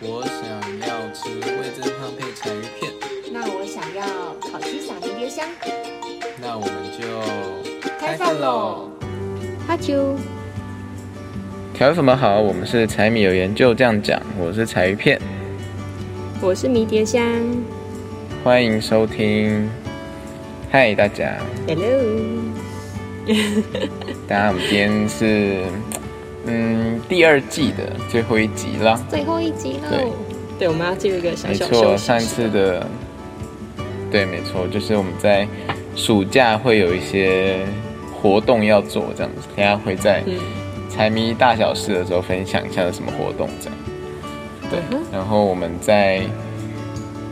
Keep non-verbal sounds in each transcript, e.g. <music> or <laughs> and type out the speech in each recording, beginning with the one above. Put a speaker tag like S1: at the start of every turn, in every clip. S1: 我想要吃味增汤配柴鱼片，
S2: 那我想要烤鸡小迷迭香，
S1: 那我们就
S2: 开饭喽！！哈啾，
S1: 调什么好？我们是柴米油盐就这样讲，我是柴鱼片，
S2: 我是迷迭香
S1: 欢迎收听。嗨，大家，
S2: ，Hello，
S1: 大家，我们今天是嗯第二季的最后一集啦。
S2: 最后一集
S1: 对
S2: 喽。对，我们要进入一个小
S1: 没
S2: 小
S1: 错，啊
S2: 休
S1: 上一
S2: 息
S1: 次
S2: 室。
S1: 的，对，没错，就是我们在暑假会有一些活动要做，这样子，等一下会在
S2: 嗯
S1: 财迷大小事的时候分享一下有什么活动，这样。对
S2: 嗯，
S1: 然后我们在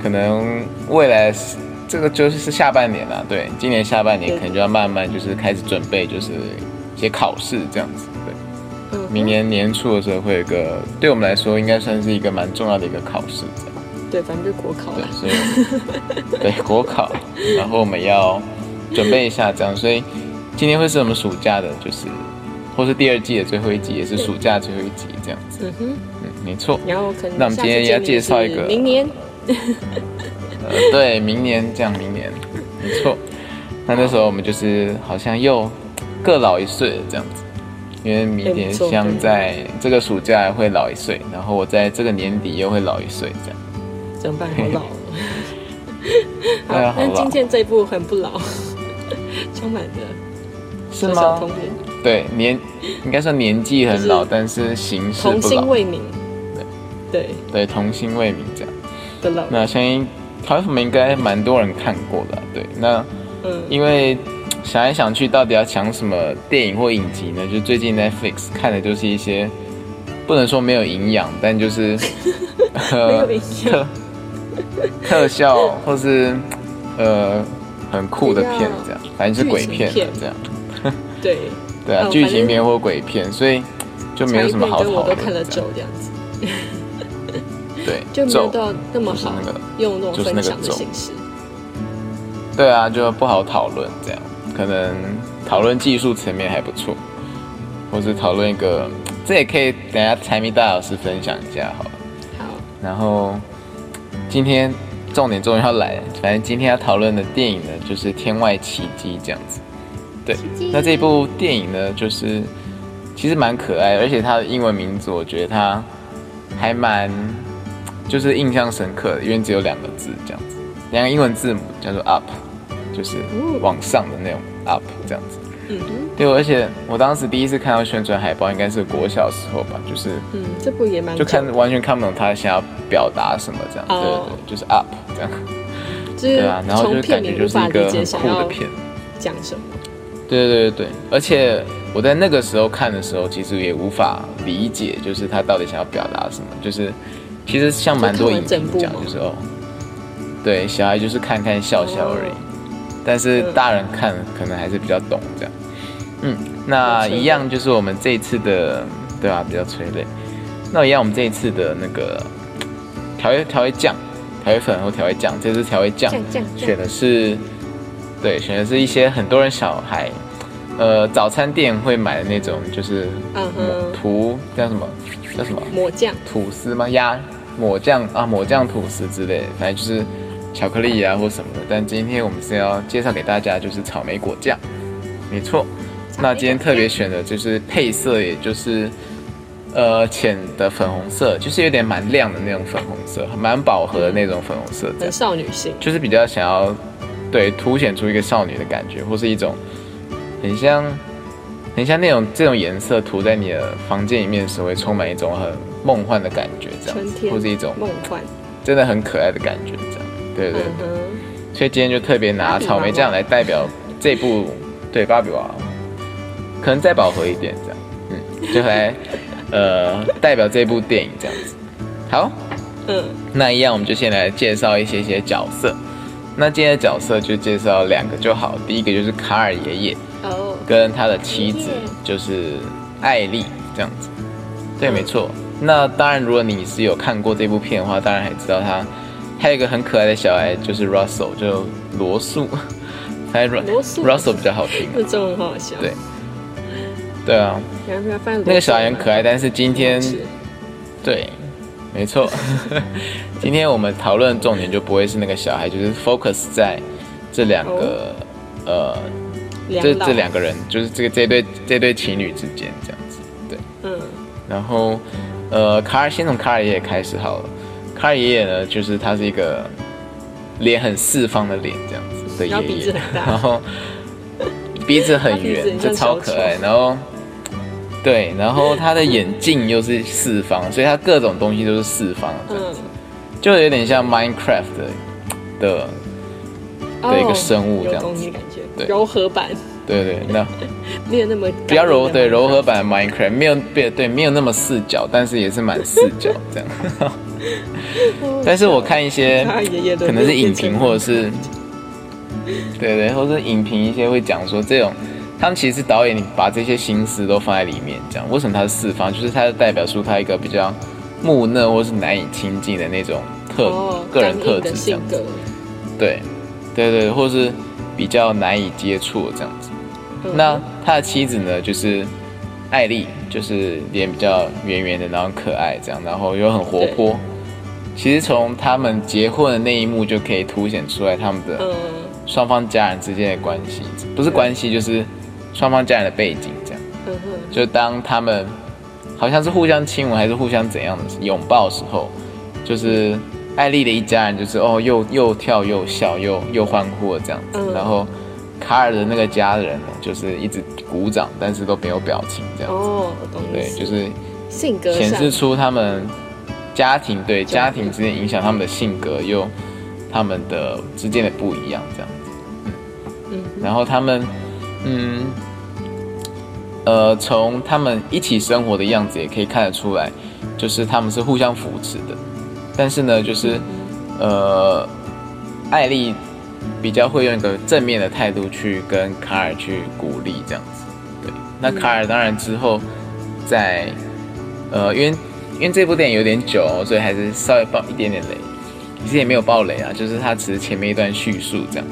S1: 可能未来是这个就是下半年啦，对，今年下半年
S2: 对
S1: 可能就要慢慢就是开始准备，就是一些考试这样子，对。
S2: 嗯，
S1: 明年年初的时候会有一个，对我们来说应该算是一个蛮重要的一个考试，这样。
S2: 对，反正就国考
S1: 对
S2: 啦，。
S1: 所以我们 <laughs> 对国考，然后我们要准备一下这样，所以今天会是我们暑假的，就是或是第二季的最后一集，也是暑假最后一集这样子。
S2: 嗯哼，
S1: 嗯，没错。
S2: 然后可能
S1: 那我们今天要
S2: 下次见面
S1: 介绍
S2: 是
S1: 一个
S2: 明年
S1: 呃，对，明年这样，明年没
S2: <laughs>
S1: 错。那那时候我们就是好像又各老一岁了这样子，因为明
S2: 哎
S1: 年
S2: 没错
S1: 像
S2: 对
S1: 在这个暑假会老一岁，然后我在这个年底又会老一岁这样。
S2: 怎么办？好
S1: <laughs>
S2: 老哦。
S1: 对啊，好
S2: 但今
S1: 老，
S2: 天这一部很不老， <laughs> 充满着
S1: 是
S2: 小小
S1: 吗？
S2: 童年，
S1: 对，年应该说年纪很老，
S2: 就是
S1: 但是行事
S2: 童
S1: 不
S2: 心
S1: 老，
S2: 未泯。对
S1: 对，童心未泯这样。
S2: 的老，
S1: 那相信台湾粉应该蛮多人看过的啊、对。那
S2: 嗯，
S1: 因为想来想去，到底要讲什么电影或影集呢？就最近 Netflix 看的就是一些不能说没有营养，但就是
S2: 没
S1: 呃
S2: 有营
S1: <laughs>
S2: 养
S1: 特特效或是呃很酷的片这样，反正是鬼片
S2: 剧情片
S1: 这样。
S2: 对，
S1: 对啊，
S2: 嗯
S1: 剧
S2: 反
S1: 情
S2: 正
S1: 片或鬼片，所以就没有
S2: 柴
S1: 什么
S2: 片
S1: 好
S2: 跟
S1: 讨
S2: 我都
S1: 论。
S2: 看了
S1: 这样
S2: 咒这样子，
S1: 对，
S2: 就没有
S1: 咒
S2: 到那么
S1: 就是
S2: 好
S1: 那个
S2: 用那
S1: 就
S2: 种
S1: 是那
S2: 分
S1: 个
S2: 享的
S1: 咒
S2: 形式。
S1: 对啊，就不好讨论这样，可能讨论技术层面还不错，或是讨论一个，这也可以等一下财迷大老师分享一下好了。
S2: 好，
S1: 然后今天重点终于要来了，反正今天要讨论的电影呢，就是《天外奇迹》这样子。对，那这部电影呢，就是其实蛮可爱的，而且它的英文名字我觉得它还蛮就是印象深刻的，因为只有两个字这样子，两个英文字母叫做 up，就是往上的那种 up 这样子。
S2: 嗯哼，
S1: 对，而且我当时第一次看到宣传海报，应该是国小时候吧，就是
S2: 嗯，这部也蛮
S1: 就看
S2: 久
S1: 完全看不懂他想要表达什么这样，
S2: 哦
S1: 对，就是 up 这样，
S2: 就
S1: 对
S2: 是
S1: 啊，然后就
S2: 从
S1: 是
S2: 片
S1: 感觉
S2: 名无
S1: 就是
S2: 法
S1: 一
S2: 理
S1: 个
S2: 解
S1: 很
S2: 想
S1: 酷的
S2: 要
S1: 片，
S2: 讲什么。
S1: 对对对对，而且我在那个时候看的时候，其实也无法理解，就是他到底想要表达什么，就是其实像蛮多
S2: 就看完
S1: 影评
S2: 整部
S1: 讲
S2: 吗
S1: 就是哦，对，小孩就是看看笑笑而已，但是
S2: 嗯
S1: 大人看可能还是比较懂这样，嗯，那
S2: 没错
S1: 一样就是我们这一次的，对啊，比较催泪，那一样我们这一次的那个调味调味酱、调味粉或调味酱，这次调味酱
S2: 酱酱酱
S1: 选的是，对，选的是一些很多人小孩，呃，早餐店会买的那种，就是
S2: 嗯
S1: 抹
S2: 哼
S1: 涂叫什么叫什么
S2: 抹酱，
S1: 吐司吗？鸭抹酱啊，抹酱吐司之类的，反正就是巧克力啊或什么的。但今天我们是要介绍给大家就是草莓果酱，没错。那今天特别选的就是配色，也就是呃浅的粉红色，就是有点蛮亮的那种粉红色，蛮饱和的那种粉红色，这
S2: 很
S1: 样
S2: 少女心，
S1: 就是比较想要对凸显出一个少女的感觉，或是一种很像很像那种这种颜色涂在你的房间里面的时候，会充满一种很梦幻的感觉，这样
S2: 春
S1: 子，
S2: 天
S1: 或是一种
S2: 梦幻。
S1: 真的很可爱的感觉，这样。对对
S2: 嗯
S1: 对
S2: 哼，
S1: 所以今天就特别拿
S2: 芭比娃
S1: 草
S2: 娃
S1: 莓酱来代表这部对芭比娃娃，可能再饱和一点这样，嗯，就来呃代表这部电影这样子。好，
S2: 嗯，
S1: 那一样我们就先来介绍一些些角色。那今天的角色就介绍两个就好，第一个就是卡尔爷爷
S2: 哦，
S1: 跟他的妻子就是艾丽这样子。对，没错。那当然，如果你是有看过这部片的话，当然还知道他还有一个很可爱的小孩，就是 Russell，就罗素， <laughs> 还
S2: 罗素
S1: Russell 比较好听。
S2: 那中文好好笑。
S1: 对对啊，
S2: 然后发现啊
S1: 那个小孩很可爱，但是今天
S2: 是
S1: 对，没错。 <laughs> 今天我们讨论的重点就不会是那个小孩，就是 focus 在这两个、呃，这
S2: 哦两老
S1: 这两个人，就是这个这对这对情侣之间这样子。对，
S2: 嗯
S1: 然后呃，卡尔先从卡尔爷爷开始好了。卡尔爷爷呢，就是他是一个脸很四方的脸这样子的
S2: 然后
S1: 爷
S2: 鼻子
S1: 爷
S2: 很，大
S1: 然后鼻子很
S2: 他鼻子
S1: 圆，
S2: 很
S1: 这
S2: 像
S1: 超可爱。然后对，然后他的眼镜又是四方，所以他各种东西都是四方的，
S2: 嗯，
S1: 就有点像 Minecraft 的的，的一个
S2: 哦
S1: 生物这
S2: 有
S1: 样
S2: 东
S1: 子
S2: 西的感觉，
S1: 对
S2: 柔和版
S1: 对对，那
S2: 没有那么
S1: 比较柔，
S2: 干硬
S1: 对
S2: 的
S1: 柔和版的 Minecraft 没有对对没有那么四角，但是也是蛮四角这样。
S2: <laughs>
S1: 但是我看一些
S2: 他爷爷的
S1: 可能是影评或者是，对对，或者是影评一些会讲说这种，他们其实导演把这些心思都放在里面，讲为什么它是四方，就是它代表出它一个比较木讷或是难以亲近的那种特、
S2: 哦
S1: 个人特
S2: 刚
S1: 质
S2: 硬的
S1: 这样
S2: 性
S1: 子，
S2: 格，
S1: 对对对，或是比较难以接触这样子。
S2: 嗯
S1: 那他的妻子呢，就是艾丽，就是脸比较圆圆的，然后可爱这样，然后又很活泼。其实从他们结婚的那一幕就可以凸显出来他们的
S2: 嗯
S1: 双方家人之间的关系，不是关系就是双方家人的背景这样。
S2: 嗯哼
S1: 就当他们好像是互相亲吻还是互相怎样的拥抱的时候，就是艾丽的一家人就是哦又又跳又笑又又欢呼的这样子，
S2: 嗯
S1: 然后卡尔的那个家人呢就是一直鼓掌，但是都没有表情这样子，
S2: 哦，我懂你
S1: 对
S2: 意，思
S1: 就是
S2: 性格
S1: 显
S2: 上
S1: 示出他们家庭对
S2: 家
S1: 家
S2: 庭
S1: 庭之间影响他们的性格又他们的之间的不一样这样。
S2: 嗯
S1: 然后他们，嗯，呃，从他们一起生活的样子也可以看得出来，就是他们是互相扶持的。但是呢，就是，呃，艾丽比较会用一个正面的态度去跟卡尔去鼓励这样子。对，那卡尔当然之后在，呃，因为因为这部电影有点久哦、所以还是稍微爆一点点雷，其实也没有爆雷啊，就是它只是前面一段叙述这样。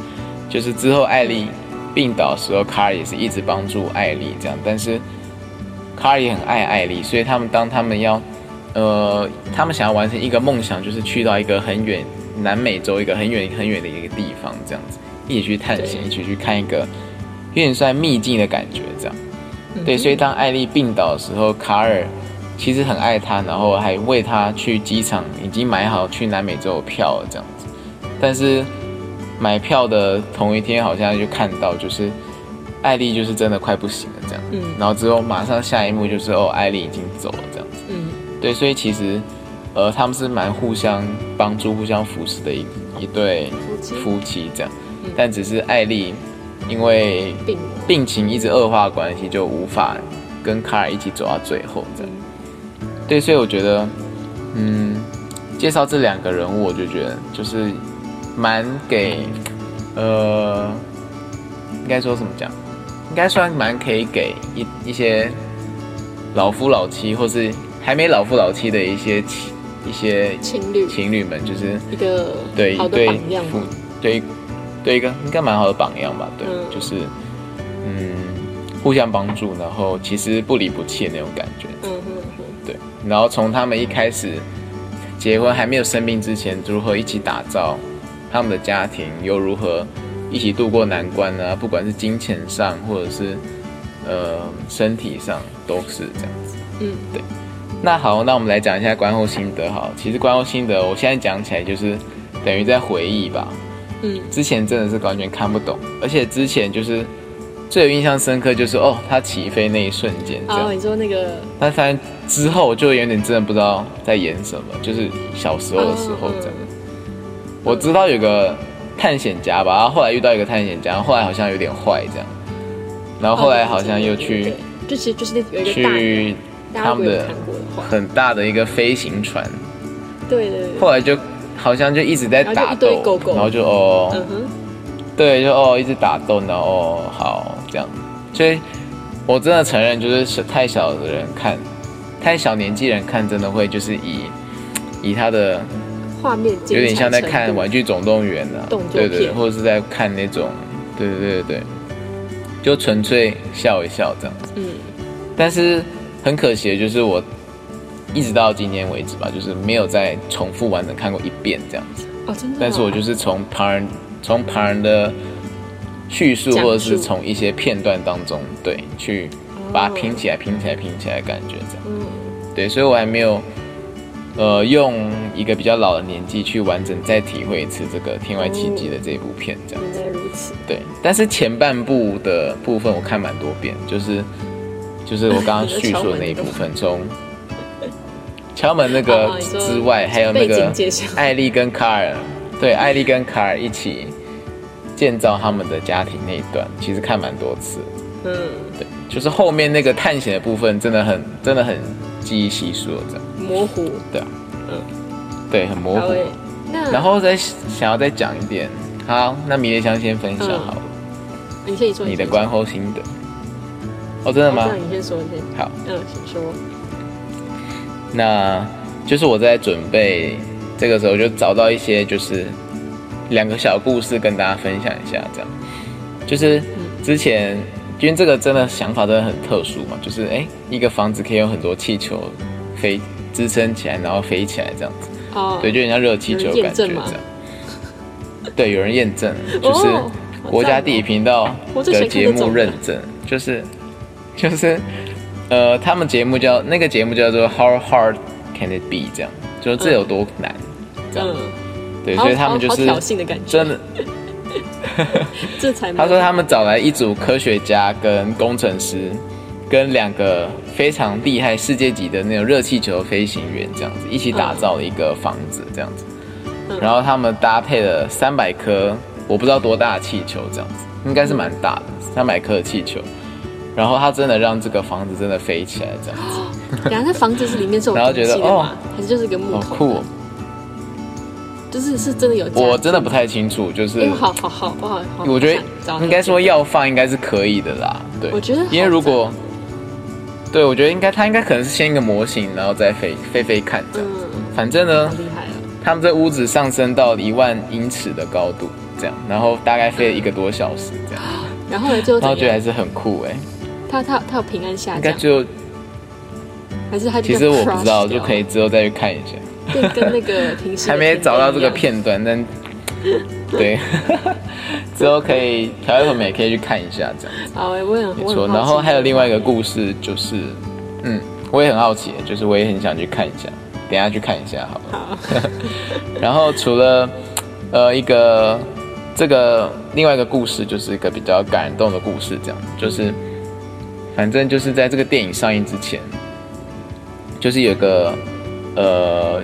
S1: 就是之后艾丽病倒的时候，卡尔也是一直帮助艾丽这样，但是卡尔也很爱艾丽，所以他们当他们要，呃，他们想要完成一个梦想，就是去到一个很远南美洲一个很远很远的一个地方这样子，一起去探险，
S2: 对
S1: 一起去看一个有点算秘境的感觉这样。
S2: 嗯
S1: 对，所以当艾丽病倒的时候，卡尔其实很爱她，然后还为她去机场已经买好去南美洲的票了这样子。但是买票的同一天，好像就看到就是艾丽就是真的快不行了这样。
S2: 嗯
S1: 然后之后马上下一幕就是哦，艾丽已经走了这样子。
S2: 嗯
S1: 对，所以其实呃他们是蛮互相帮助、互相扶持的一一对
S2: 夫妻
S1: 夫妻这样
S2: 嗯。
S1: 但只是艾丽因为
S2: 病
S1: 病情一直恶化的关系，就无法跟卡尔一起走到最后这样。对，所以我觉得，嗯，介绍这两个人物，我就觉得就是蛮给，呃，应该说怎么讲，应该算蛮可以给一一些老夫老妻，或是还没老夫老妻的一些妻一些
S2: 情侣
S1: 情侣们，就是
S2: 一个
S1: 对
S2: 好的
S1: 对
S2: 榜样
S1: 父
S2: 嘛，
S1: 对对一个应该蛮好的榜样吧？对，
S2: 嗯
S1: 就是嗯，互相帮助，然后其实不离不弃的那种感觉。
S2: 嗯哼哼，
S1: 对，然后从他们一开始结婚还没有生病之前，如何一起打造他们的家庭，又如何一起度过难关呢？不管是金钱上，或者是呃身体上，都是这样子。
S2: 嗯
S1: 那好，那我们来讲一下观后心得。好，其实观后心得，我现在讲起来就是等于在回忆吧。
S2: 嗯
S1: 之前真的是完全看不懂，而且之前就是最有印象深刻就是哦，它起飞那一瞬间，这样
S2: 哦，。你说那个
S1: 但反正之后我就有点真的不知道在演什么，就是小时候的时
S2: 嗯
S1: 候这样。我知道有个探险家吧，然后后来遇到一个探险家，后来好像有点坏这样，然后后来好像又去、
S2: 对就其实就是那有一个
S1: 去他
S2: 大人，大家如果
S1: 们
S2: 有
S1: 的
S2: 看过的话，
S1: 很大的一个飞行船，
S2: 对对对，
S1: 后来就好像就一直在打
S2: 然后就一
S1: 斗
S2: 堆狗，狗
S1: 然后就哦，
S2: 嗯哼，
S1: 对，就哦一直打斗，然后哦好这样，所以我真的承认，就是小太小的人看，太小年纪人看，真的会就是以以他的
S2: 画面
S1: 有点像在
S2: 精彩
S1: 看
S2: 程
S1: 《
S2: 度
S1: 玩具总动员》啊，
S2: 动作
S1: 对对对，
S2: 片
S1: 或者是在看那种，对对对对，就纯粹笑一笑这样子。
S2: 嗯
S1: 但是很可惜，的就是我一直到今天为止吧，就是没有再重复完整看过一遍这样子。
S2: 哦，真的、哦。
S1: 但是我就是从旁人从旁人的叙述，
S2: 讲述
S1: 或者是从一些片段当中，对，去
S2: 哦
S1: 把它拼起来、拼起来、拼起来，感觉这样。
S2: 嗯，
S1: 对，所以我还没有，呃，用一个比较老的年纪去完整再体会一次这个《天外奇迹》的这部片，这样
S2: 原来如此。
S1: 对。但是前半部的部分我看蛮多遍，就是就是我刚刚
S2: 你的
S1: 叙
S2: <laughs> 敲
S1: 述的
S2: 门
S1: 那一
S2: 的
S1: 部
S2: 部
S1: 分，从敲门那个
S2: 哦你说
S1: 之外，还有那
S2: 背
S1: 个
S2: 景介绍
S1: <laughs> 艾丽跟卡尔，对，艾丽跟卡尔一起建造他们的家庭那一段，其实看蛮多次的。
S2: 嗯，
S1: 对，就是后面那个探险的部分真的很真的很记忆稀疏了，这样
S2: 模糊。
S1: 对啊，对，很模
S2: 好
S1: 糊。
S2: 诶，那
S1: 然后再想要再讲一点，好，那迷迭香先分享好了，
S2: 你可以说
S1: 你的
S2: 先说
S1: 观后心得。哦，真的吗
S2: 哦那？你先说，你先。
S1: 好，
S2: 嗯，请说。
S1: 那就是我在准备这个时候就找到一些就是两个小故事跟大家分享一下，这样就是之前因为这个真的想法真的很特殊嘛，就是哎、诶一个房子可以有很多气球飞支撑起来，然后飞起来这样子，
S2: 哦，
S1: 对，就有点像热气球
S2: 有人
S1: 的
S2: 验
S1: 感觉
S2: 证
S1: 这
S2: 吗
S1: 样。对，有人验证，就是
S2: 哦好
S1: 国家
S2: 赞哦
S1: 地理频道
S2: 我最喜
S1: 的
S2: 欢看
S1: 节
S2: 这
S1: 目
S2: 种
S1: 认证，就是 <laughs> 就是呃，他们节目叫那个节目叫做 How Hard Can It Be，这样，就是这有多难，这样，
S2: 嗯，
S1: 对，
S2: 好
S1: 所以他们
S2: 好
S1: 就
S2: 好
S1: 是
S2: 挑衅的感觉，
S1: 真的，
S2: 这才
S1: 他说他们找来一组科学家跟工程师，跟两个非常厉害世界级的那种热气球飞行员这样子一起打造了一个房子这样子，
S2: 嗯
S1: 然后他们搭配了三百颗我不知道多大的气球这样子，应该是蛮大的三百颗的气球，然后他真的让这个房子真的飞起来这样子，
S2: 然后那房子是里面是有
S1: 然后
S2: 东
S1: 觉
S2: 西
S1: 得
S2: 的吗？还是就是个
S1: 好
S2: 木头？
S1: 酷、哦！
S2: 就是是真的有家具。
S1: 我真的不太清楚，就是
S2: 哎，好好好，哦我好好。
S1: 我觉
S2: 好想找
S1: 得应该说要放应该是可以的啦，对，
S2: 我觉得好哦
S1: 因为如果对我觉得应该他应该可能是先一个模型，然后再飞飞飞看这样子。
S2: 嗯
S1: 反正
S2: 那
S1: 呢
S2: 个，好厉害了，
S1: 他们这屋子上升到一万英尺的高度，这样，然后大概飞了一个多小时这样，
S2: 然后呢，最后
S1: 然后
S2: 怎
S1: 觉得还
S2: 样
S1: 是很酷哎、
S2: 啊他他他有平安下
S1: 应该
S2: 降，
S1: 只有
S2: 还是他
S1: 其实我不知道，就可
S2: 以
S1: 以之后再去看一下，
S2: 跟跟那个平时的
S1: 还没找到这个
S2: 片
S1: 片段，
S2: <laughs>
S1: 但对， <laughs> 之后可以调一会我们也可以去看一下这样。
S2: 段一样。好诶，我也很
S1: 没
S2: 我
S1: 错，
S2: 很好奇
S1: 然后还有另外一个故事，就是，嗯，我也很好奇，就是我也很想去看一下，等一下去看一下好了。
S2: 好，
S1: <laughs> 然后除了，呃，一个这个另外一个故事，就是一个比较感动的故事，这样，就是，反正就是在这个电影上映之前，就是有个呃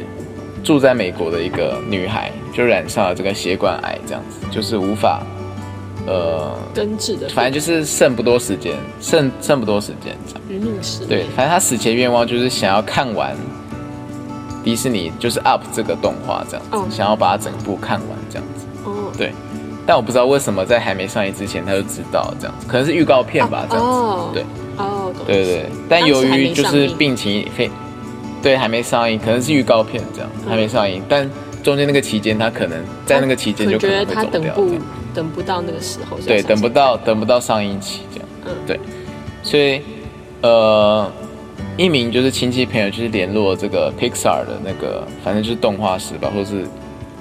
S1: 住在美国的一个女孩，就染上了这个血管癌，这样子，就是无法，呃，
S2: 根治的，
S1: 反正就是剩不多时间，剩剩不多时间这样。
S2: 余命是
S1: 对，反正他死前愿望就是想要看完迪士尼，就是 Up 这个动画这样子，
S2: 哦
S1: 想要把它整部看完这样子。
S2: 哦
S1: 对，但我不知道为什么在还没上映之前他就知道这样子，可能是预告片吧、这样子。
S2: 哦
S1: 对
S2: 哦，懂
S1: 对对对，但由于就
S2: 当时还
S1: 是
S2: 没上映
S1: 病情非对还没上映，可能是预告片这样还没上映，但中间那个期间他可能在那个期间就
S2: 我
S1: 可
S2: 觉
S1: 能
S2: 得
S1: 会
S2: 他
S1: 走
S2: 等
S1: 掉。这
S2: 不
S1: 样
S2: 等不到那个时候，所以
S1: 对，
S2: 他想
S1: 等不到等不到上映期这样。
S2: 嗯
S1: 对，所以呃，一名就是亲戚朋友就是联络这个 Pixar 的那个，反正就是动画师吧，或是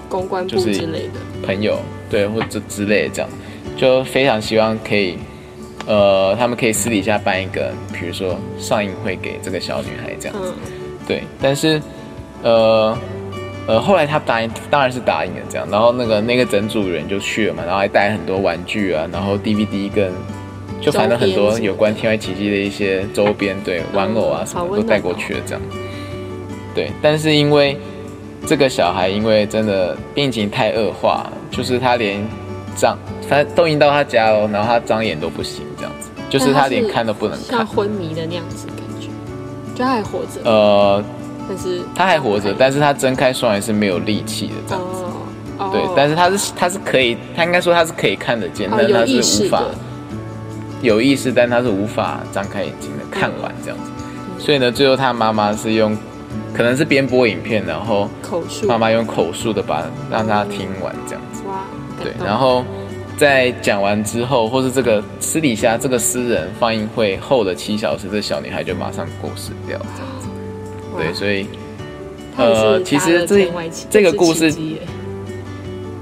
S2: 公关部
S1: 就是
S2: 之类的，
S1: 朋友，对，或者之类的这样，就非常希望可以。呃，他们可以私底下办一个，比如说上映会给这个小女孩这样，
S2: 嗯
S1: 对。但是，呃，呃，后来他答应，当然是答应了这样。然后那个那个整组人就去了嘛，然后还带很多玩具啊，然后 DVD 跟就反正很
S2: 周边
S1: 多
S2: 什么的
S1: 有关天外奇迹的一些周边，对，玩偶啊什
S2: 嗯好
S1: 么
S2: 温
S1: 都
S2: 暖哦
S1: 带过去了这样。对，但是因为这个小孩因为真的病情太恶化，就是他连张，反正都已经到他家了，然后他张眼都不行这样子，就是
S2: 但他
S1: 他连
S2: 是
S1: 看都不能看
S2: 像。昏迷的那样子的感觉，就他还活着，
S1: 呃，
S2: 但是
S1: 他还活着，但是他睁开双眼是没有力气的这样。
S2: 哦哦，
S1: 对，但是他是他是可以，他应该说他是可以看得见，
S2: 哦
S1: 但
S2: 有
S1: 他
S2: 意
S1: 是无
S2: 识
S1: 法
S2: 的，
S1: 有意识，但他是无法张开眼睛
S2: 嗯
S1: 的看完这样子。所以呢，最后他妈妈是用，可能是边播影片，然后
S2: 口述
S1: 妈妈用口述的把让他听完这样子。
S2: 哇，感
S1: 对，
S2: 动
S1: 然后在讲完之后，或是这个私底下这个私人放映会后的七小时，这小女孩就马上过世掉了。对，所以
S2: 他也是
S1: 呃其实这
S2: 搭了天外奇
S1: 这个故事
S2: 是奇迹耶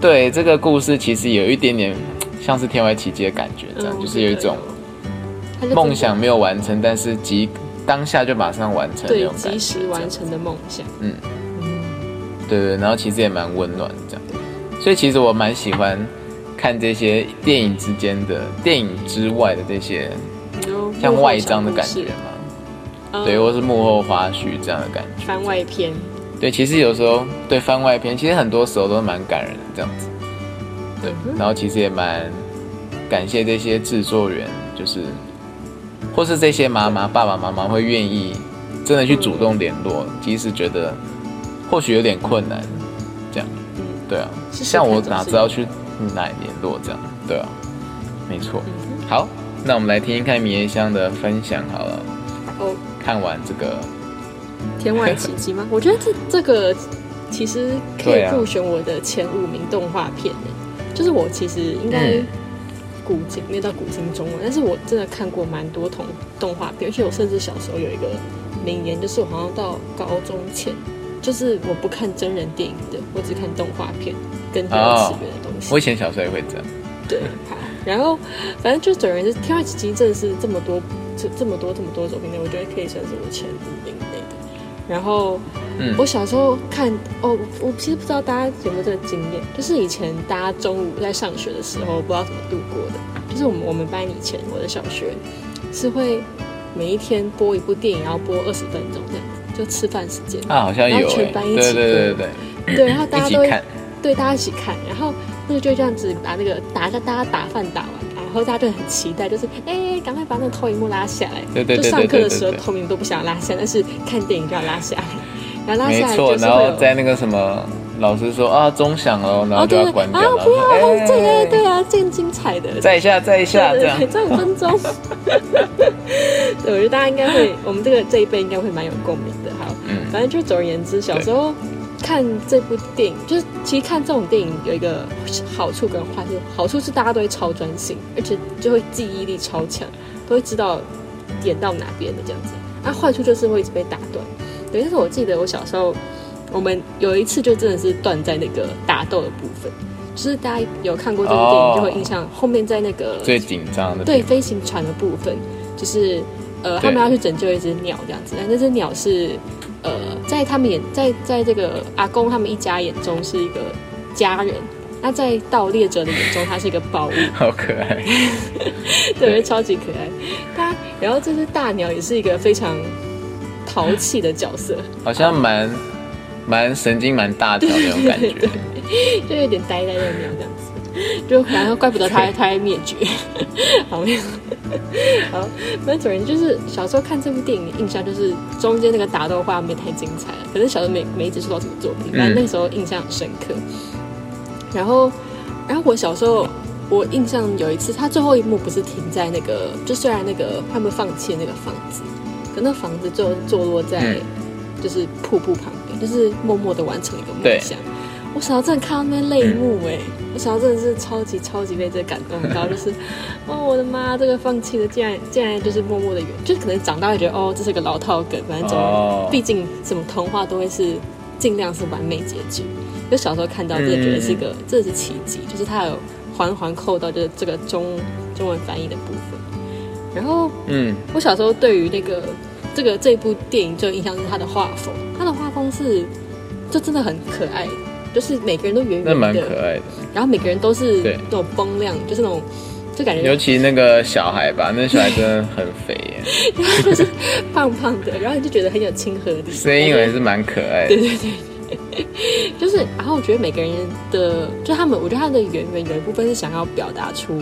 S1: 对这个故事其实有一点点像是天外奇迹的感觉，这样、
S2: 嗯
S1: 就是有一种
S2: 他就
S1: 梦想没有完成，但是即当下就马上完成那
S2: 对
S1: 种感觉，
S2: 及时完成的梦想，
S1: 嗯
S2: 嗯，
S1: 对对，然后其实也蛮温暖的这样，所以其实我蛮喜欢看这些电影之间的电影之外的这些
S2: 有
S1: 像外张的感觉嘛，
S2: 嗯
S1: 对，或是幕后花絮这样的感觉。
S2: 番外篇，
S1: 对，其实有时候对番外篇，其实很多时候都蛮感人的这样子。对
S2: 嗯，哼
S1: 然后其实也蛮感谢这些制作人，就是或是这些妈妈、爸爸妈妈会愿意真的去主动联络，即使觉得或许有点困难，这样。对啊，
S2: 试试
S1: 像我
S2: 看总
S1: 哪
S2: 嗯是
S1: 知道去哪里联络这样？对啊，没错。
S2: 嗯哼
S1: 好，那我们来听一看米叶香的分享好了。
S2: 哦，
S1: 看完这个，
S2: 天外奇迹吗？我觉得这这个其实可
S1: 对
S2: 以
S1: 啊
S2: 入选我的前五名动画片诶、就是我其实应该
S1: 嗯
S2: 古今、没有到古今中文，但是我真的看过蛮多同动画片，而且我甚至小时候有一个名言，就是我好像到高中前，就是我不看真人电影的，我只看动画片跟第二次元的东西。
S1: 我以前小时候也会这样。
S2: 对，好，然后反正就总而言之，《天外奇迹》真的是这么多这这么多这么多作品内，我觉得可以算是我前五名内的。然后
S1: 嗯
S2: 我小时候看哦，我其实不知道大家有没有这个经验，就是以前大家中午在上学的时候，不知道怎么度过的。就是我们我们班以前我的小学是会每一天播一部电影，然后播二十分钟这样子，就吃饭时间。
S1: 啊，好像
S2: 然后
S1: 有
S2: 全
S1: 哎、
S2: 班一
S1: 对对
S2: 起
S1: 对对
S2: 对
S1: 对，
S2: 对，然后大
S1: 一
S2: 家
S1: 起
S2: 都会
S1: 看，
S2: 对，大家一起看，然后那个就这样子把那个打着大家打饭打完，然后大家就很期待，就是哎，赶快把那个投影幕拉下来。
S1: 对对对
S2: 就上课的时
S1: 对对
S2: 候
S1: 对对
S2: 投影幕都不想拉下，但是看电影就要拉下来，然后拉
S1: 没
S2: 下来
S1: 错。
S2: 就是
S1: 然
S2: 会
S1: 后
S2: 有。
S1: 在那个什么，老师说啊钟响了，然后就
S2: 哦，对
S1: 要
S2: 对对，
S1: 关
S2: 啊
S1: 掉，然后
S2: 不
S1: 说
S2: 要，
S1: 哎
S2: 这个对啊，这个精彩的，
S1: 再一下再一下
S2: 对
S1: 这
S2: 对
S1: 样
S2: 对，，这五分钟。 <laughs> 对，我觉得大家应该会，我们这个这一辈应该会蛮有共鸣的。好，
S1: 嗯
S2: 反正就总而言之，小时候看这部电影，就是其实看这种电影有一个好处跟坏处，好处是大家都会超专心，而且就会记忆力超强，都会知道点到哪边的这样子。啊，坏处就是会一直被打断。对，但是我记得我小时候，我们有一次就真的是断在那个打斗的部分，就是大家有看过这部电
S1: 哦
S2: 影就会印象，后面在那个
S1: 最紧张的
S2: 对
S1: 地
S2: 飞行船的部分，就是呃，他
S1: 对
S2: 们要去拯救一只鸟这样子，但那只鸟是呃，在他们眼在在这个阿公他们一家眼中是一个家人，那在盗猎者的眼中，它是一个宝物，
S1: 方，好可爱，
S2: 对，超级可爱。它然后这只大鸟也是一个非常淘气的角色，
S1: 好像蛮蛮神经蛮大条的那种感
S2: <laughs>
S1: 觉，
S2: 就有点呆呆的鸟这样子。就然后怪不得它它会灭绝， <laughs> 好没有， <laughs> 好，那总而言之就是小时候看这部电影的印象就是中间那个打斗画面太精彩了，可是小时候没没接触到这个作
S1: 嗯
S2: 品，反正那个时候印象很深刻。然后，然后我小时候我印象有一次，它最后一幕不是停在那个，就虽然那个他们放弃那个房子，可那房子就坐落在
S1: 嗯
S2: 就是瀑布旁边，就是默默的完成一个梦
S1: 对
S2: 想。我小时候真的看到那边泪目哎、我小时候真的是超级超级被这感动到，就是哦，我的妈！这个放弃的竟然竟然就是默默的远，就是可能长大会觉得哦，这是个老套梗，反正总、
S1: 哦
S2: 毕竟什么童话都会是尽量是完美结局。就小时候看到这个，觉得是一个、这是奇迹，就是它有环环扣到就是这个中中文翻译的部分。然后
S1: 嗯，
S2: 我小时候对于那个这个这部电影最有印象是它的画风，它的画风是就真的很可爱，就是每个人都圆
S1: 那
S2: 圆
S1: 蛮
S2: 的
S1: 可，爱的，
S2: 然后每个人都是
S1: 对
S2: 那种崩亮，就是那种就感觉
S1: 尤其那个小孩吧，那小孩真的很肥耶，
S2: <laughs> 胖胖的，然后你就觉得很有亲和力，
S1: 声音还是蛮可爱
S2: <laughs> 对
S1: 的，
S2: 对对。 <laughs> 就是，然后我觉得每个人的，就他们，我觉得他的演员有一部分是想要表达出，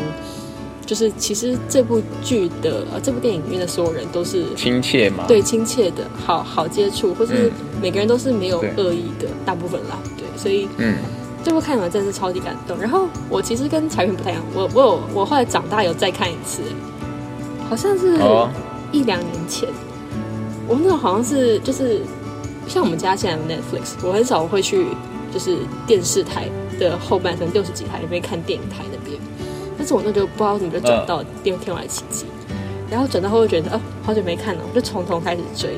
S2: 就是其实这部剧的呃这部电影里面的所有人都是
S1: 亲切嘛，
S2: 对亲切的，好好接触，或是
S1: 啊嗯
S2: 每个人都是没有
S1: 对
S2: 恶意的，大部分啦，对，所以
S1: 嗯，
S2: 这部看完真的是超级感动。然后我其实跟柴原不太一样，我我有我后来长大有再看一次，好像是
S1: 哦
S2: 一两年前，我那种好像是就是像我们家现在有 Netflix，我很少会去就是电视台的后半程六十几台里面看电影台那边，但是我那时候不知道怎么就转到《电天外奇迹》，然后转到后就觉得哦好久没看了，我就从头开始追。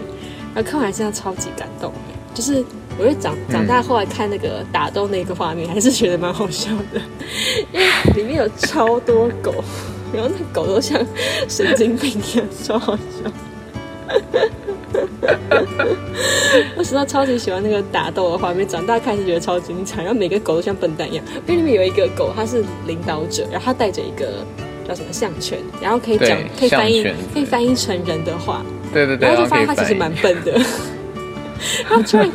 S2: 然后看完现在超级感动的，就是我觉得长长大后来看那个打斗那个画面，还是觉得蛮好笑的，因为里面有超多狗，然后那狗都像神经病一样，超好笑。 <laughs> 我实在超级喜欢那个打斗的画面，长大看是觉得超精彩。然后每个狗都像笨蛋一样，因为里面有一个狗，它是领导者，然后它带着一个叫什么项圈，然后可以讲
S1: 对，
S2: 可以翻
S1: 项
S2: 译
S1: 圈，
S2: 可以翻译成人的话，
S1: 对对对，
S2: 然后
S1: 后
S2: 就发
S1: 可以
S2: 现它其
S1: 翻
S2: 实蛮
S1: 译
S2: 笨的。它突然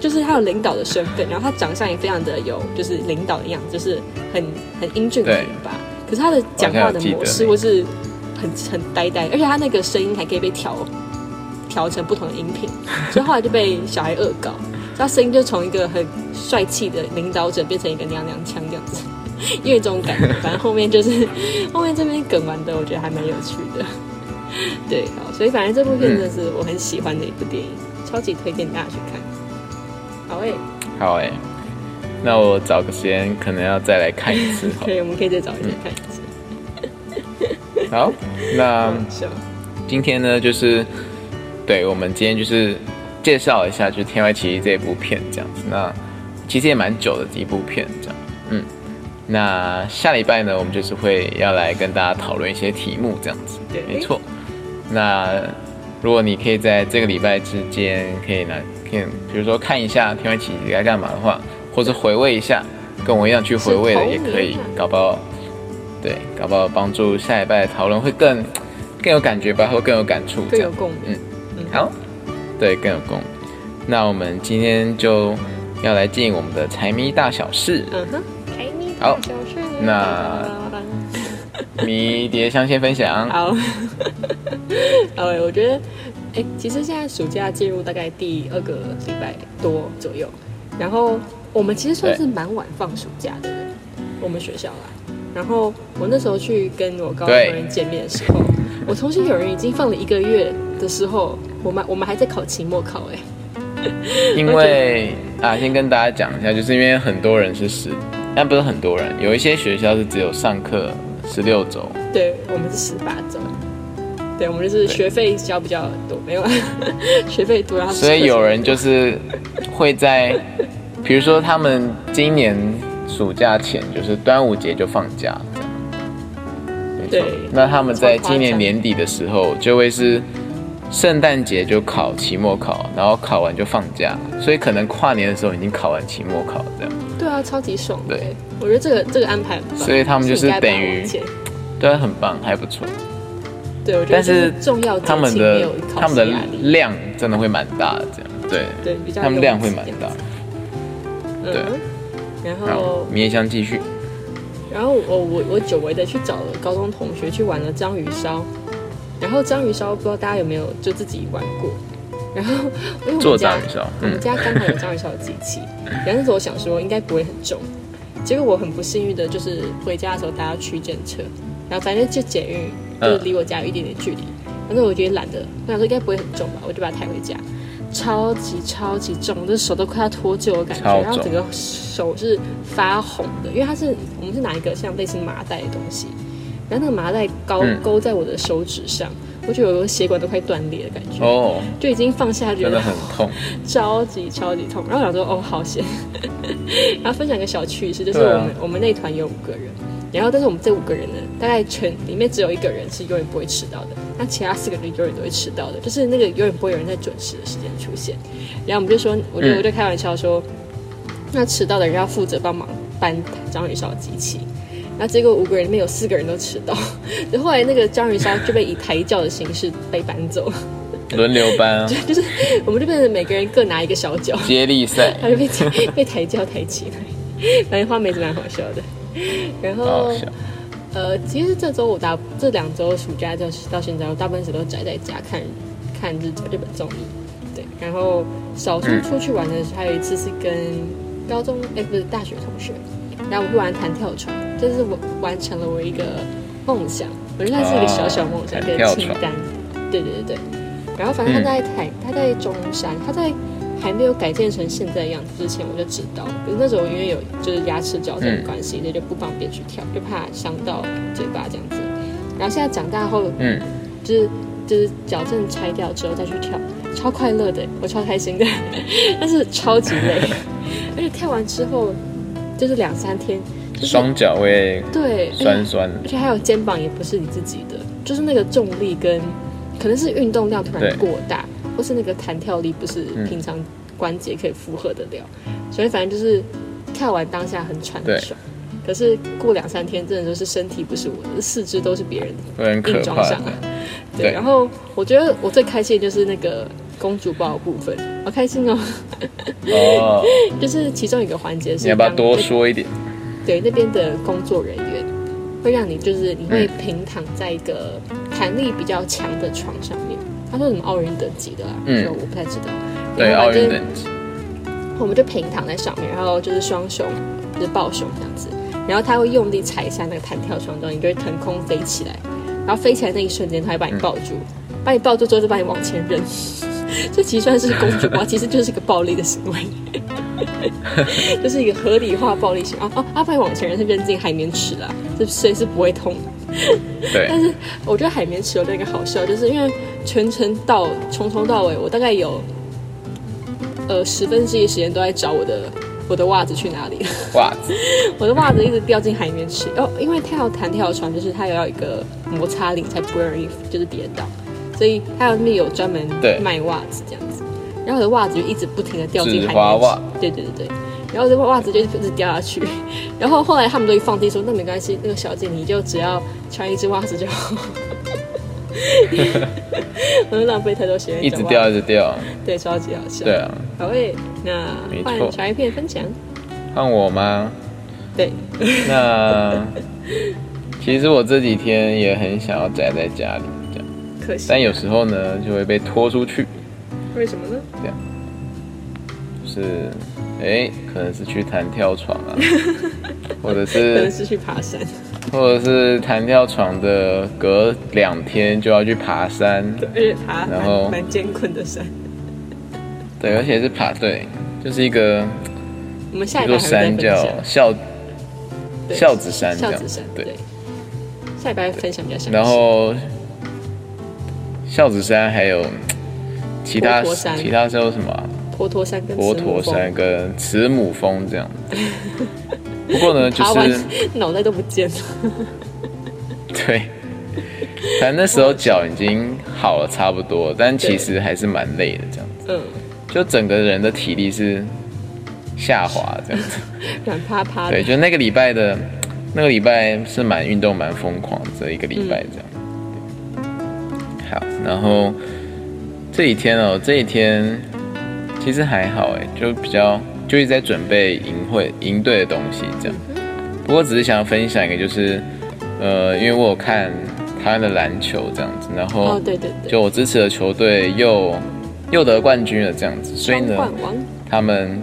S2: 就是它有领导的身份，然后它长相也非常的有就是领导的样子，就是很很英俊挺
S1: 对
S2: 拔。可是它的讲话的模式
S1: 我
S2: 或是很很呆呆，而且它那个声音还可以被调调成不同的音频，所以后来就被小孩恶搞。 <laughs> 他声音就从一个很帅气的领导者变成一个娘娘腔这样子， <laughs> 有一种感觉。反正后面就是 <laughs> 后面这边梗玩的，我觉得还蛮有趣的。 <laughs> 对，好，所以反正这部片真的是我很喜欢的一部电影，超级推荐大家去看。好欸诶、
S1: 好哎、那我找个时间可能要再来看一次
S2: <laughs>
S1: 好
S2: 可以，我们可以再找一天看一次。
S1: 嗯好，那
S2: 好笑，
S1: 今天呢就是，对我们今天就是介绍一下就是《天外奇迹》这部片这样子，那其实也蛮久的一部片这样，嗯，那下礼拜呢我们就是会要来跟大家讨论一些题目这样子，
S2: 对
S1: 没错。那如果你可以在这个礼拜之间，可以呢，可以比如说看一下《天外奇迹》该干嘛的话，或者回味一下，跟我一样去回味的也可
S2: 是
S1: 以
S2: 童年啊，
S1: 搞不好，对，搞不好帮助下礼拜的讨论会更更有感觉吧，会更有感触，这
S2: 更
S1: 样
S2: 有共鸣。
S1: 嗯好，对，更有共鸣。那我们今天就要来进我们的财迷大小事，
S2: 嗯哼，开咪
S1: 好
S2: 小事。 <laughs>
S1: 那迷迭香先分享，
S2: 好， <laughs> 好欸，我觉得，哎、其实现在暑假进入大概第二个礼拜多左右，然后我们其实算是蛮晚放暑假的人，我们学校啦。然后我那时候去跟我高中
S1: 对
S2: 人见面的时候，我同学有人已经放了一个月的时候，我们我们还在考期末考、欸，
S1: 因为啊，先跟大家讲一下，就是因为很多人是十，但不是很多人，有一些学校是只有上课十六周，
S2: 对我们是十八周。对，我们就是学费交比较多，没有啊， <laughs> 学费多，然后
S1: 所以有人
S2: 就
S1: 就是会在，比如说他们今年暑假前就是端午节就放假，这
S2: 对
S1: 样没错。那他们在
S2: 超夸
S1: 今
S2: 张
S1: 年年底的时候就会是圣诞节就考期末考，然后考完就放假，所以可能跨年的时候已经考完期末考这样。
S2: 对啊，超级爽的。
S1: 对，
S2: 我觉得这个这个安排很棒，
S1: 所以他们就是
S2: 应该把它
S1: 等于
S2: 往前
S1: 对啊，很棒，还不错。
S2: 对，我觉得
S1: 但
S2: 这
S1: 是
S2: 重要节
S1: 他们
S2: 庆没
S1: 的
S2: 有考
S1: 他们的
S2: 试压力，
S1: 量真的会蛮大的，这样对，
S2: 对比较
S1: 他们量会蛮
S2: 拥挤
S1: 大。
S2: 嗯
S1: 对
S2: 然
S1: 好
S2: 后，，
S1: 迷香继续。
S2: 然后我我我久违的去找了高中同学去玩了章鱼烧，然后章鱼烧不知道大家有没有就自己玩过，然后因为我
S1: 做
S2: 们家
S1: 章鱼烧
S2: 我们
S1: 嗯
S2: 家刚好有章鱼烧的机
S1: <laughs>
S2: 器，然后那时候我想说应该不会很重，结果我很不幸运的就是回家的时候搭区间车，然后反正就捷运
S1: 嗯
S2: 就是离我家有一点点距离，反正我觉得懒得，我想说应该不会很重吧，我就把它抬回家，超级超级重，我的手都快要脱臼的感觉，
S1: 超重
S2: 然后整个手是发红的，因为它是我们是拿一个像类似麻袋的东西，然后那个麻袋高
S1: 嗯
S2: 勾在我的手指上，我觉得我的血管都快断裂的感觉，
S1: 哦，
S2: 就已经放下觉
S1: 真
S2: 得
S1: 的很痛。
S2: 超级超级痛。然后我想说，哦，好险。 <laughs> 然后分享一个小趣事，就是我
S1: 对啊
S2: 们、我们那一团有五个人，然后但是我们这五个人呢，大概全里面只有一个人是永远不会迟到的，那其他四个人永远都会迟到的，就是那个永远不会有人在准时的时间出现。然后我们就说，我就
S1: 嗯
S2: 我就开玩笑说，那迟到的人要负责帮忙搬章鱼烧机器。然后结果五个人里面有四个人都迟到， <laughs> 然后后来那个章鱼烧就被以抬轿的形式被搬走， <laughs>
S1: 轮流搬啊，
S2: 就是我们就变成每个人各拿一个小脚，
S1: 接力赛，
S2: 他就被抬 <laughs> 被抬轿抬起来，反正画面是蛮好笑的。然
S1: 好
S2: 后
S1: 好笑。
S2: 呃，其实这周我大这两周暑假就是到现在，我大部分时都宅在家看看日日本综艺，对。然后少数
S1: 嗯
S2: 出去玩的时候，还有一次是跟高中哎、不是大学同学，然后我们去玩弹跳床，这是我完成了我一个梦想，我觉得它是一个小小梦想
S1: 啊弹
S2: 跟
S1: 跳
S2: 清
S1: 床
S2: 单，对对对对。然后反正他
S1: 嗯
S2: 在台，他在中山，他在还没有改建成现在的样子之前，我就知道，可是那时候因为有就是牙齿矫正的关系，所以就不方便去跳，就怕伤到嘴巴这样子。然后现在长大后，
S1: 嗯，
S2: 就是就是矫正拆掉之后再去跳，超快乐的，我超开心的， <laughs> 但是超级累，而且跳完之后就是两三天，就是
S1: 双脚会
S2: 对，而且
S1: 酸酸的
S2: 而且还有肩膀也不是你自己的，就是那个重力跟可能是运动量突
S1: 对
S2: 然过大，或是那个弹跳力不是
S1: 嗯
S2: 平常关节可以负荷得了，所以反正就是跳完当下很喘
S1: 对
S2: 很爽，可是过两三天真的就是身体不是我的，四肢都是别人
S1: 会很可
S2: 硬装
S1: 怕
S2: 上
S1: 的
S2: 来。。
S1: 对
S2: 对，然后我觉得我最开心的就是那个公主抱的部分，好开心哦！ <laughs>
S1: 哦，
S2: 就是其中一个环节是
S1: 你要不要
S2: 当
S1: 多说一
S2: <laughs>
S1: 点？
S2: 对那边的工作人员会让你就是你会
S1: 嗯
S2: 平躺在一个弹力比较强的床上面。他说什么奥运等级的啦，
S1: 嗯
S2: 就我不太知道。
S1: 对，
S2: 然后
S1: 奥
S2: 反正
S1: 运等级，
S2: 我们就平躺在上面，然后就是双胸就是抱胸这样子，然后他会用力踩一下那个弹跳床之后，你就会腾空飞起来，然后飞起来那一瞬间，他会把你抱住，把你抱住之后就把你往前扔。 <laughs> 这其实算是公主抱，其实就是个暴力的行为， <laughs> 就是一个合理化暴力行为。哦哦，阿爸往前扔是扔进海绵池啦，这所以是不会痛的。
S1: 对，
S2: 我觉得海绵池有那个好笑，就是因为全程到从头到尾，我大概有呃十分之一时间都在找我的我的袜子去哪里了，
S1: 袜子，
S2: 我的袜子一直掉进海绵池。哦，因为跳弹跳床就是它有要有一个摩擦力才不会容易就是跌倒，所以还有那边有专门
S1: 对
S2: 卖袜子这样子。然后我的袜子就一直不停的掉进
S1: 纸
S2: 海
S1: 花
S2: 绵
S1: 袜
S2: 池，对对对对。然后我的袜子就一直掉下去， <laughs> 然后后来他们都会放低说那没关系，那个小姐你就只要穿一只袜子就
S1: <laughs>
S2: 好。我就浪费太多时间
S1: 一
S2: 找
S1: 直
S2: 袜
S1: 掉，
S2: 子，
S1: 一直掉，
S2: 对，超级好笑。
S1: 对，啊。
S2: 好诶，那
S1: 没错
S2: 换小一片分享，
S1: 换我吗？ <laughs>
S2: 对， <laughs>
S1: 那其实我这几天也很想要宅在家里，这样，
S2: 可惜，
S1: 但有时候呢就会被拖出去，
S2: 为什么呢？
S1: 就是，哎，可能是去弹跳床
S2: <laughs>
S1: 啊，或者
S2: 可
S1: 是
S2: 能是去爬山，
S1: 或者是弹跳床的隔两天就要去爬山，
S2: 而且爬
S1: 然后
S2: 蛮蛮艰困的山。
S1: 对，而且是爬对，就是一个
S2: 我们下
S1: 一
S2: 一
S1: 座
S2: 代还会
S1: 山
S2: 再分
S1: 叫
S2: 享
S1: 孝
S2: 对
S1: 孝子山这
S2: 孝
S1: 样
S2: 子山，
S1: 对
S2: 对。下一拜分享比较详细。
S1: 然后孝子山还有其他
S2: 佛陀山
S1: 其他是有什么、啊？
S2: 佛陀山跟
S1: 佛
S2: 慈
S1: 陀
S2: 母峰
S1: 山，跟慈母峰
S2: <laughs>
S1: 这样。不过呢，就
S2: 爬完
S1: 是
S2: 脑袋都不见了。
S1: <laughs> 对，反正那时候脚已经好了差不多，但其实还是蛮累的这样子，
S2: 嗯，
S1: 就整个人的体力是下滑这样子。
S2: 软趴趴
S1: 对，
S2: 的。
S1: 就那个礼拜的，那个礼拜是蛮运动蛮疯狂的这一个礼拜这样。
S2: 嗯
S1: 好，然后这几天哦，这几天其实还好哎，就比较就一直在准备营会营队的东西这样。不过只是想要分享一个，就是呃，因为我有看台湾的篮球这样子，然后
S2: 哦，对对对，
S1: 就我支持的球队又又得冠军了这样子，所以呢，
S2: 双冠王
S1: 他们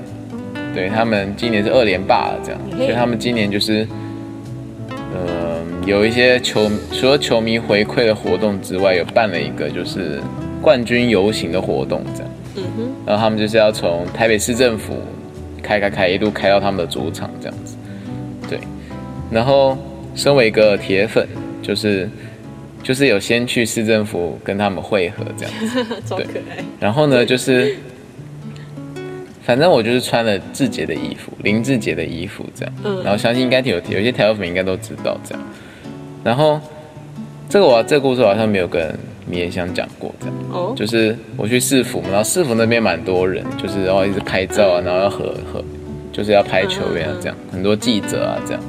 S1: 对他们今年是二连霸了这样，
S2: 嗯
S1: 所以他们今年就是，呃，有一些球除了球迷回馈的活动之外，有办了一个就是冠军游行的活动这样，
S2: 嗯哼，
S1: 然后他们就是要从台北市政府开开开一路开到他们的主场这样子，对，然后身为一个铁粉，就是就是有先去市政府跟他们会合这样。
S2: 超可爱。
S1: 然后呢，就是，反正我就是穿了志杰的衣服，林志杰的衣服这样。
S2: 嗯
S1: 然后相信应该有有些台湾粉应该都知道这样。然后这个我这个故事我好像没有跟米彦香讲过这样。
S2: 哦，
S1: 就是我去市府嘛，然后市府那边蛮多人，就是然后一直拍照啊，然后要合合，就是要拍球员啊这样，很多记者啊这样。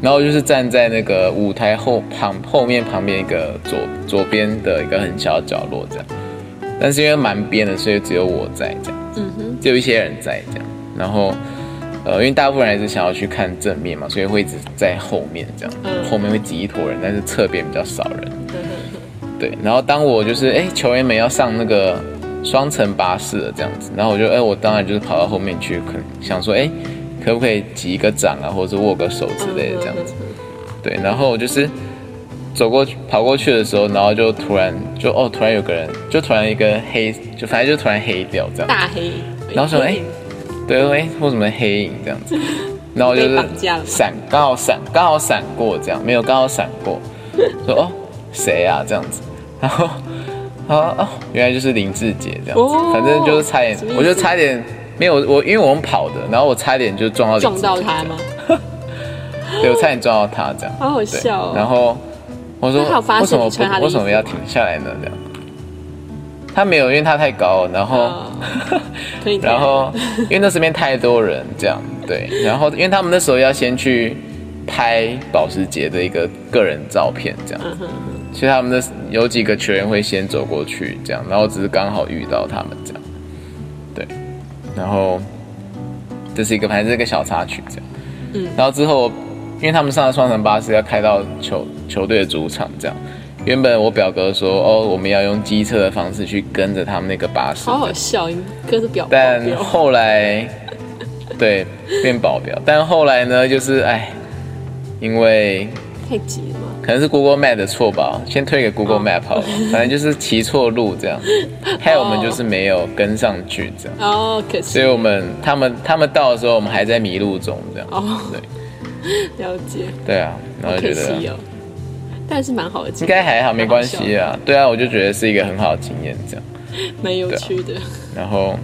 S1: 然后我就是站在那个舞台后旁后面旁边一个左左边的一个很小的角落这样，但是因为蛮边的，所以只有我在这样。
S2: 嗯哼，
S1: 只有一些人在这样，然后呃，因为大部分人还是想要去看正面嘛，所以会一直在后面这样，
S2: 嗯
S1: 后面会挤一坨人，但是侧边比较少人。对，然后当我就是哎、球员们要上那个双层巴士了这样子，然后我就哎、我当然就是跑到后面去，可能想说哎、可不可以挤一个掌啊，或者是握个手之类的这样子。
S2: 嗯哼
S1: 对，然后我就是走过去跑过去的时候，然后就突然就哦，突然有个人就突然一个黑，就反正就突然黑掉这样。
S2: 大黑。
S1: 然后说哎对，哎、为什么黑影这样
S2: <laughs>
S1: 子？然后我就是
S2: 被绑架了吗
S1: 闪，刚好闪，刚好闪过这样，没有刚好闪过，说哦谁啊这样子，然后 <laughs> 啊哦，原来就是林志杰这样子，
S2: 哦
S1: 反正就是差点
S2: 什么意，思
S1: 我就差点没有我，因为我们跑的，然后我差点就撞到林
S2: 撞
S1: 志
S2: 到
S1: 杰
S2: 他
S1: 这样
S2: 吗？
S1: 对，我差点撞到他这样，
S2: 好好
S1: 对
S2: 笑哦。
S1: 然后我说
S2: 那他有发现
S1: 为什么
S2: 你穿他的
S1: 不为什么
S2: 衣服
S1: 要
S2: 吗
S1: 停下来呢？这样，他没有，因为他太高，然后、 <laughs>
S2: 哦，可以。
S1: 然后因为那身边太多人这样，对，然后因为他们那时候要先去拍保时捷的一个个人照片这样，
S2: 嗯哼，
S1: 所以他们的有几个球员会先走过去这样，然后只是刚好遇到他们这样，对，然后这是一个反正是一个小插曲这样，
S2: 嗯
S1: 然后之后因为他们上了双层巴士要开到球球队的主场这样。原本我表哥说，哦，我们要用机车的方式去跟着他们那个巴士，
S2: 好好笑，你哥是表
S1: 但
S2: 保镖
S1: 后来，对，变保镖。但后来呢，就是哎，因为
S2: 太急了嘛，
S1: 可能是 Google Map 的错吧，先推给 Google
S2: 哦
S1: Map 好了。反正就是骑错路
S2: <laughs>
S1: 这样，害我们就是没有跟上去这样。
S2: 哦，可
S1: 所以
S2: 惜
S1: 我们他们他们到的时候，我们还在迷路中这样。
S2: 哦，
S1: 对
S2: 了解，
S1: 对啊，然后
S2: 好可
S1: 就觉得
S2: 惜哦，但是蛮好的经
S1: 应
S2: 验，
S1: 该还好，没关系啊。对啊，我就觉得是一个很好的经验这样。
S2: 蛮有
S1: 对啊
S2: 趣的，
S1: 然后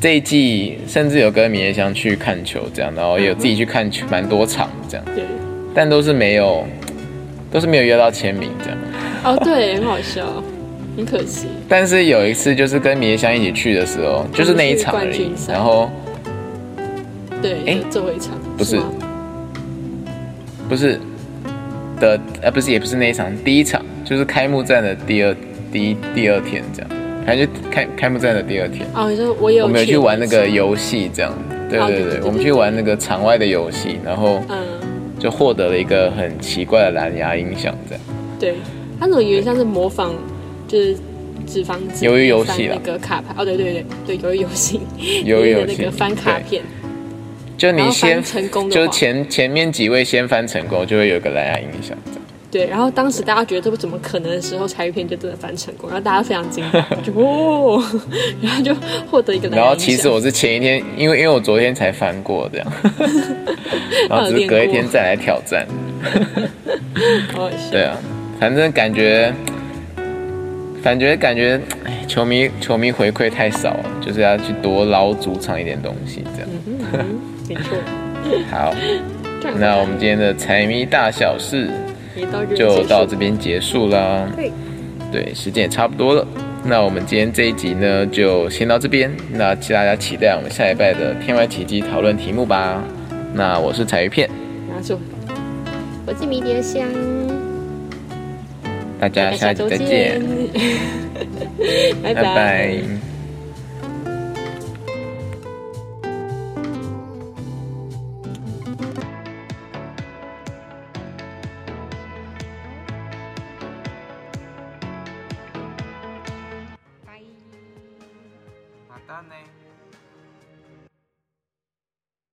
S1: 这一季甚至有跟米叶香去看球，这样，然后也有自己去看球，蛮多场这样，
S2: 对，
S1: 但都是没有，都是没有约到签名这样。
S2: 哦，对，很好笑，很可惜，
S1: 但是有一次就是跟米叶香一起去的时候，就是那一场而
S2: 冠
S1: 已
S2: 军。赛
S1: 然后
S2: 对，
S1: 诶
S2: 就最后一场，
S1: 不是
S2: 吗
S1: 不是的，呃，不是也不是那一场，第一场就是开幕战的第二第一第二天这样，反正就开开幕战的第二天。
S2: 哦，你说我也有
S1: 我们有去玩那个
S2: 一次，
S1: 游戏，这样，对
S2: 哦对
S1: 对
S2: 对
S1: 对，
S2: 对
S1: 我们
S2: 对
S1: 去玩那个场外的游戏，然后
S2: 嗯，
S1: 就获得了一个很奇怪的蓝牙音响，这样。
S2: 对，他那种有点像是模仿，就是。纸房子
S1: 鱿鱼游戏啦
S2: 翻那个卡牌哦，对对对对，鱿鱼游戏，
S1: <laughs> 鱿鱼游戏
S2: 那个翻卡
S1: 对
S2: 片，
S1: 就你
S2: 然
S1: 先
S2: 后翻成功的话
S1: 就前前面几位先翻成功，就会有一个蓝牙音响，这样。
S2: 对，然后当时大家觉得这不怎么可能的时候，柴鱼片就真的翻成功，然后大家非常惊讶，就哦， <laughs> 然后就获得一个蓝
S1: 然
S2: 牙
S1: 后
S2: 音响
S1: 其实我是前一天，因为因为我昨天才翻过这样，然后只是隔一天再来挑战，
S2: 好好笑
S1: 对啊，反正感觉。感觉感觉，哎，球迷球迷回馈太少了，就是要去多捞主场一点东西，这样。
S2: 没错。
S1: 好，
S2: 这样
S1: 那我们今天的财迷大小事
S2: 也到这
S1: 就到这
S2: 边
S1: 边结束啦。
S2: 结束。对，
S1: 对，时间也差不多了。那我们今天这一集呢，就先到这边。那请大家期待我们下一拜的天外奇迹讨论题目吧。那我是彩鱼片，
S2: 然后就我是迷迭香，
S1: 大家下集
S2: 周
S1: 再见，，
S2: <laughs>
S1: <laughs> 拜
S2: 拜拜
S1: 拜。
S3: またね。